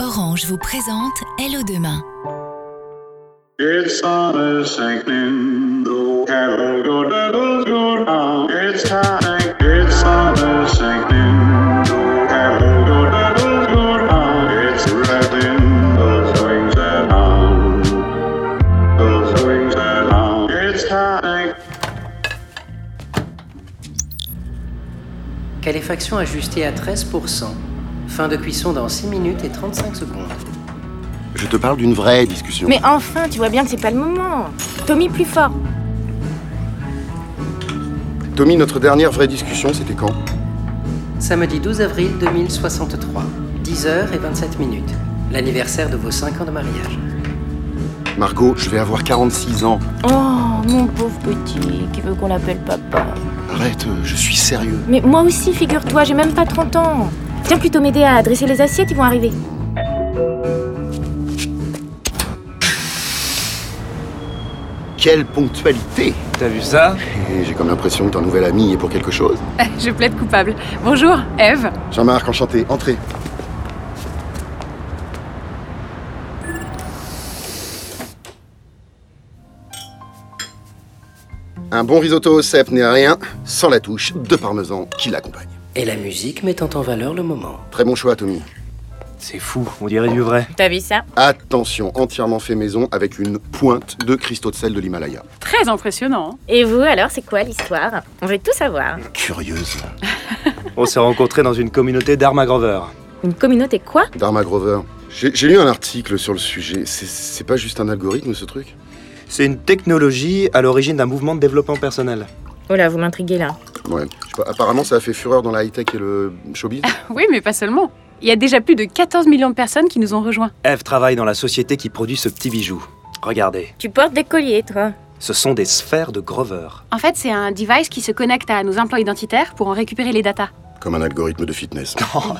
Orange vous présente Hello Demain. It's on a sinking, the cattle go down, go down. It's time, it's on a sinking, the cattle go down, go down. It's rattling the swings and down, the swings and down. It's time. Qualifaction ajustée à 13%. Fin de cuisson dans 6 minutes et 35 secondes. Je te parle d'une vraie discussion. Mais enfin, tu vois bien que c'est pas le moment. Tommy, plus fort. Tommy, notre dernière vraie discussion, c'était quand Samedi 12 avril 2063. 10h et 27 minutes. L'anniversaire de vos 5 ans de mariage. Margot, je vais avoir 46 ans. Oh, mon pauvre petit, qui veut qu'on l'appelle papa. Arrête, euh, je suis sérieux. Mais moi aussi, figure-toi, j'ai même pas 30 ans. Viens plutôt m'aider à dresser les assiettes, ils vont arriver. Quelle ponctualité T'as vu ça Et J'ai comme l'impression que ton nouvel ami est pour quelque chose. Eh, Je plaide coupable. Bonjour, Eve. Jean-Marc, enchanté, entrez. Un bon risotto au cèpe n'est rien sans la touche de parmesan qui l'accompagne. Et la musique mettant en valeur le moment. Très bon choix, Tommy. C'est fou, on dirait du vrai. T'as vu ça Attention, entièrement fait maison avec une pointe de cristaux de sel de l'Himalaya. Très impressionnant. hein. Et vous, alors, c'est quoi l'histoire On veut tout savoir. Curieuse. On s'est rencontrés dans une communauté d'armes à graveur. Une communauté quoi Dharma Grover. J'ai j'ai lu un article sur le sujet. C'est- C'est pas juste un algorithme, ce truc C'est une technologie à l'origine d'un mouvement de développement personnel. Oh là, vous m'intriguez là. Ouais. Je sais pas, apparemment, ça a fait fureur dans la high-tech et le showbiz. Oui, mais pas seulement. Il y a déjà plus de 14 millions de personnes qui nous ont rejoints. Eve travaille dans la société qui produit ce petit bijou. Regardez, Tu portes des colliers, toi. ce sont des sphères de Grover. En fait, c'est un device qui se connecte à nos implants identitaires pour en récupérer les datas. Comme un algorithme de fitness. Oh,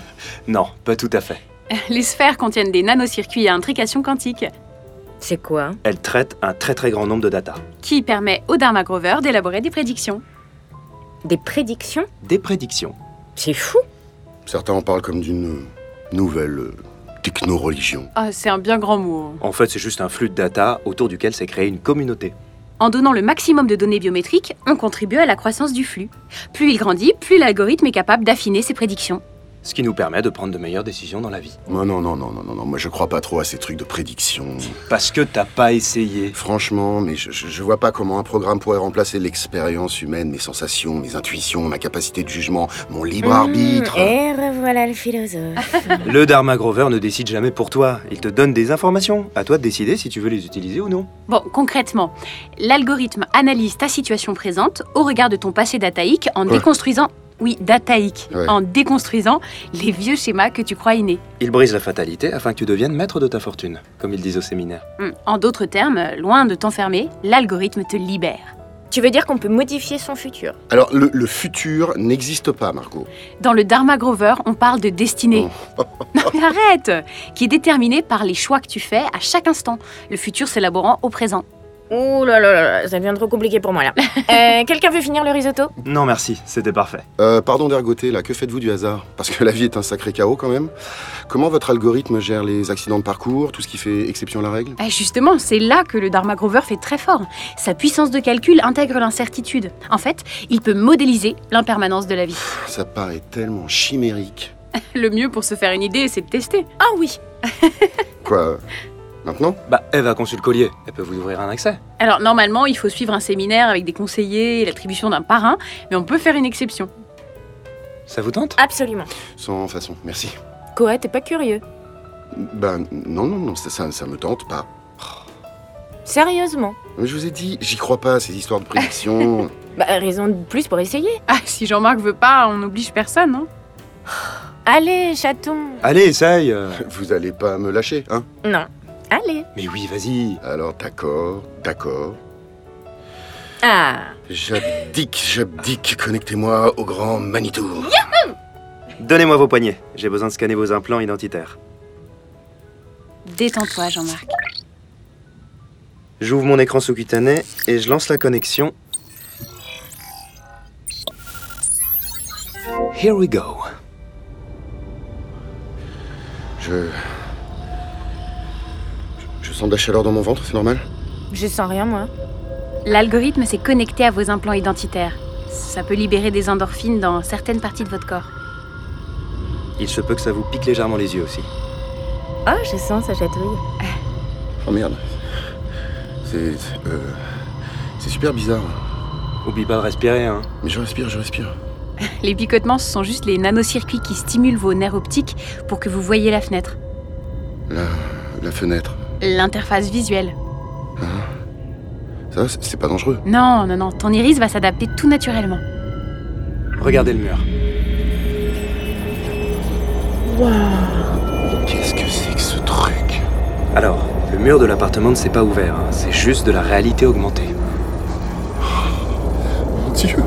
non, pas tout à fait. Les sphères contiennent des nanocircuits à intrication quantique, C'est quoi Elle traite un très très grand nombre de data. qui permet au Dharma Grover d'élaborer des prédictions. Des prédictions Des prédictions. C'est fou. Certains en parlent comme d'une euh, nouvelle euh, techno-religion. Oh, c'est un bien grand mot. hein. En fait, c'est juste un flux de data autour duquel s'est créée une communauté. En donnant le maximum de données biométriques, on contribue à la croissance du flux. Plus il grandit, plus l'algorithme est capable d'affiner ses prédictions. Ce qui nous permet de prendre de meilleures décisions dans la vie. Non, non, non, non, non, non, non. Moi, je crois pas trop à ces trucs de prédiction. Parce que t'as pas essayé. Franchement, mais je, je- je vois pas comment un programme pourrait remplacer l'expérience humaine, mes sensations, mes intuitions, ma capacité de jugement, mon libre arbitre. Mmh, et revoilà le philosophe. Le Dharma Grover ne décide jamais pour toi. Il te donne des informations. À toi de décider si tu veux les utiliser ou non. Bon, concrètement, l'algorithme analyse ta situation présente au regard de ton passé dataïque en Ouais. déconstruisant, oui, dataïque, Ouais. en déconstruisant les vieux schémas que tu crois innés. Il brise la fatalité afin que tu deviennes maître de ta fortune, comme ils disent au séminaire. Hmm, En d'autres termes, loin de t'enfermer, l'algorithme te libère. Tu veux dire qu'on peut modifier son futur Alors, le, le futur n'existe pas, Margot. Dans le Dharma Grover, on parle de destinée. Oh. non mais arrête Qui est déterminée par les choix que tu fais à chaque instant, le futur s'élaborant au présent. Oh là là là, là, ça devient trop compliqué pour moi là. Euh, Quelqu'un veut finir le risotto Non merci, c'était parfait. Euh, pardon d'ergoter, là, que faites-vous du hasard Parce que la vie est un sacré chaos quand même. Comment votre algorithme gère les accidents de parcours, tout ce qui fait exception à la règle Ah, justement, c'est là que le Dharma Grover fait très fort. Sa puissance de calcul intègre l'incertitude. En fait, il peut modéliser l'impermanence de la vie. Ça paraît tellement chimérique. Le mieux pour se faire une idée, c'est de tester. Ah oui Quoi euh, Maintenant Bah, Eve a conçu le collier. Elle peut vous ouvrir un accès. Alors normalement, il faut suivre un séminaire avec des conseillers et l'attribution d'un parrain, mais on peut faire une exception. Ça vous tente Absolument. Sans façon, merci. Quoi, t'es pas curieux Ben non, non, non, ça, ça, ça me tente pas. Sérieusement Mais Je vous ai dit, j'y crois pas, ces histoires de prédiction. Bah, raison de plus pour essayer. Ah, si Jean-Marc veut pas, on n'oblige personne, hein Allez, chaton Allez, essaye euh. vous allez pas me lâcher, hein Non. Allez. Mais oui, vas-y Alors d'accord, d'accord. Ah. J'abdique, j'abdique, connectez-moi au grand Manitou. Donnez-moi vos poignets. J'ai besoin de scanner vos implants identitaires. Détends-toi, Jean-Marc. J'ouvre mon écran sous-cutané et je lance la connexion. Here we go. Je. Je sens de la chaleur dans mon ventre, c'est normal Je sens rien, moi. L'algorithme s'est connecté à vos implants identitaires. Ça peut libérer des endorphines dans certaines parties de votre corps. Il se peut que ça vous pique légèrement les yeux aussi. Oh, je sens, ça chatouille. Oh merde. C'est. c'est, euh, c'est super bizarre. Oublie pas de respirer, hein. Mais je respire, je respire. Les picotements, ce sont juste les nanocircuits qui stimulent vos nerfs optiques pour que vous voyez la fenêtre. La, la fenêtre. L'interface visuelle. Ça, c'est c'est pas dangereux. Non, non, non, ton iris va s'adapter tout naturellement. Regardez le mur. Qu'est-ce que c'est que ce truc Alors, le mur de l'appartement ne s'est pas ouvert, hein. c'est juste de la réalité augmentée. Mon dieu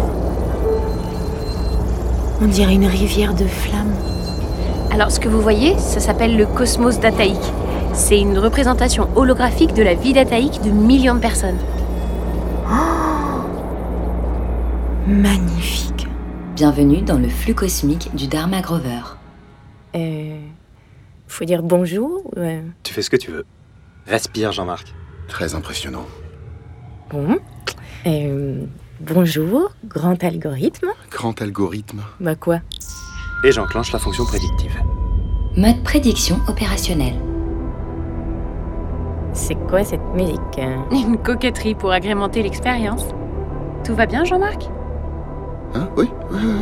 On dirait une rivière de flammes. Alors, ce que vous voyez, ça s'appelle le cosmos dataïque. C'est une représentation holographique de la vie dataïque de millions de personnes. Magnifique. Bienvenue dans le flux cosmique du Dharma Grover. Euh. Faut dire bonjour ou, euh, Tu fais ce que tu veux. Respire, Jean-Marc. Très impressionnant. Bon. Euh, bonjour, grand algorithme. Grand algorithme. Bah quoi Et j'enclenche la fonction prédictive. Mode prédiction opérationnelle. C'est quoi cette musique euh Une coquetterie pour agrémenter l'expérience. Tout va bien, Jean-Marc Hein Oui oui, oui,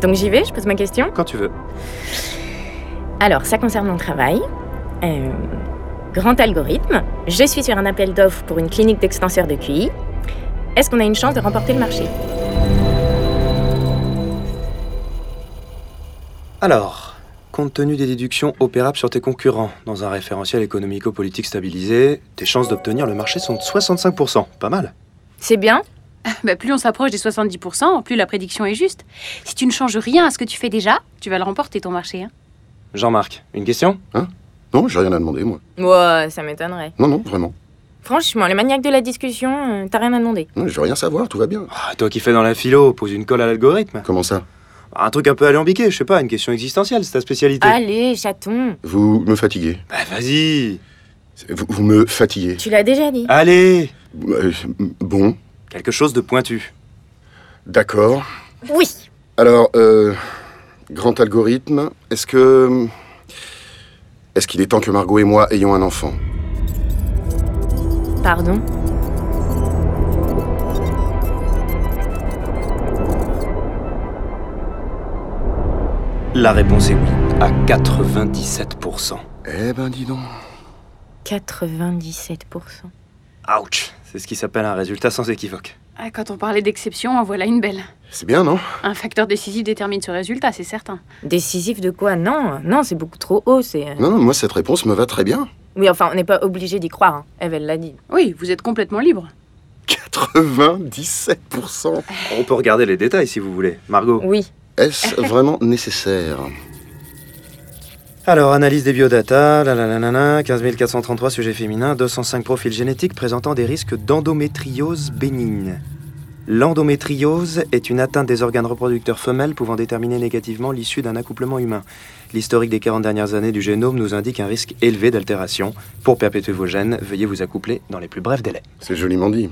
Donc j'y vais, je pose ma question. Quand tu veux. Alors, ça concerne mon travail. Euh, grand algorithme. Je suis sur un appel d'offres pour une clinique d'extenseurs de QI. Est-ce qu'on a une chance de remporter le marché Alors, compte tenu des déductions opérables sur tes concurrents dans un référentiel économico-politique stabilisé, tes chances d'obtenir le marché sont de 65%. Pas mal. C'est bien Bah, Plus on s'approche des 70%, plus la prédiction est juste. Si tu ne changes rien à ce que tu fais déjà, tu vas le remporter ton marché. hein. Jean-Marc, une question Non, j'ai rien à demander, moi. Ouais, ça m'étonnerait. Non, non, vraiment. Franchement, le maniaque de la discussion, euh, t'as rien à demander. Non, je veux rien savoir, tout va bien. Ah, Toi qui fais dans la philo, pose une colle à l'algorithme. Comment ça Un truc un peu alambiqué, je sais pas, une question existentielle, c'est ta spécialité. Allez, chaton Vous me fatiguez. Bah vas-y Vous, vous me fatiguez. Tu l'as déjà dit. Allez Euh, Bon, Quelque chose de pointu. d'accord. Oui Alors, euh, grand algorithme, est-ce que. Est-ce qu'il est temps que Margot et moi ayons un enfant Pardon La réponse est oui, à 97%. Eh ben, dis donc. 97%. Ouch C'est ce qui s'appelle un résultat sans équivoque. Ah, Quand on parlait d'exception, en voilà une belle. C'est bien, non Un facteur décisif détermine ce résultat, c'est certain. Décisif de quoi Non, non, c'est beaucoup trop haut, c'est... euh, Non, non, moi, cette réponse me va très bien. Oui, enfin, on n'est pas obligé d'y croire. hein. Eve, elle l'a dit. Oui, vous êtes complètement libre. 97% On peut regarder les détails si vous voulez, Margot. Oui. Est-ce vraiment nécessaire Alors, analyse des biodata, la la la la la, 15 433 sujets féminins, 205 profils génétiques présentant des risques d'endométriose bénigne. L'endométriose est une atteinte des organes reproducteurs femelles pouvant déterminer négativement l'issue d'un accouplement humain. L'historique des 40 dernières années du génome nous indique un risque élevé d'altération. Pour perpétuer vos gènes, veuillez vous accoupler dans les plus brefs délais. C'est joliment dit.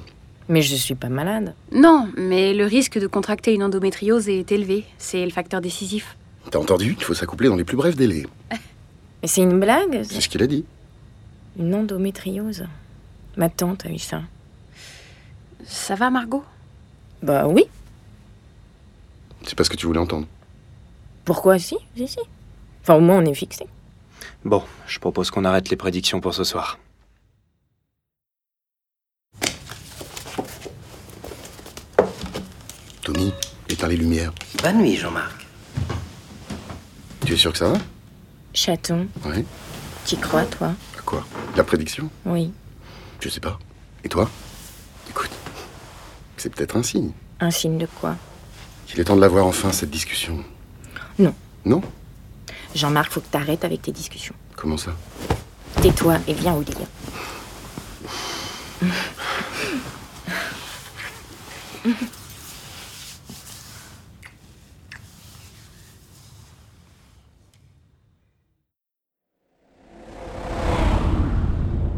Mais je suis pas malade. Non, mais le risque de contracter une endométriose est élevé. C'est le facteur décisif. T'as entendu Il faut s'accoupler dans les plus brefs délais. Mais c'est une blague C'est ce qu'il a dit. Une endométriose. Ma tante a eu ça. Ça va, Margot Bah oui. C'est pas ce que tu voulais entendre. Pourquoi si Si, si. Enfin, au moins, on est fixé. Bon, je propose qu'on arrête les prédictions pour ce soir. Tony, éteins les lumières. Bonne nuit, Jean-Marc. Tu es sûr que ça va Chaton, Ouais. t'y crois, toi À quoi La prédiction Oui. Je sais pas. Et toi Écoute, c'est peut-être un signe. Un signe de quoi Il est temps de l'avoir enfin, cette discussion. Non. Non Jean-Marc, faut que t'arrêtes avec tes discussions. Comment ça Tais-toi et viens au lit.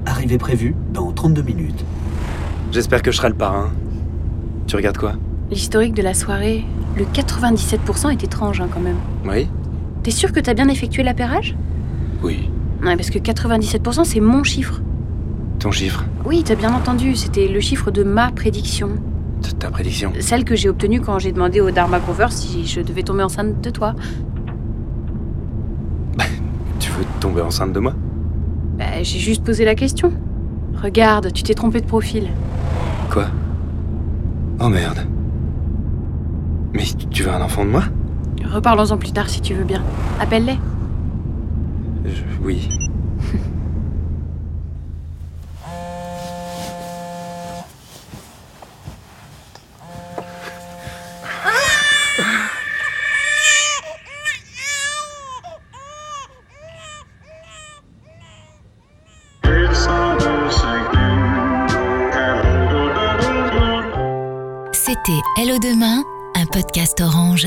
l'arrivée prévue dans 32 minutes. J'espère que je serai le parrain. Tu regardes quoi L'historique de la soirée, le 97% est étrange hein, quand même. Oui T'es sûr que t'as bien effectué l'appairage Oui. Ouais, parce que 97% c'est mon chiffre. Ton chiffre Oui, t'as bien entendu, c'était le chiffre de ma prédiction. de Ta prédiction Celle que j'ai obtenue quand j'ai demandé au Dharma Grover si je devais tomber enceinte de toi. Tu veux tomber enceinte de moi Bah, j'ai juste posé la question. Regarde, tu t'es trompé de profil. Quoi Oh merde. Mais tu veux un enfant de moi Reparlons-en plus tard si tu veux bien. Appelle-les. Je- Oui. It's on the sinking low, hello, good, good, good. C'était Hello Demain, un podcast orange.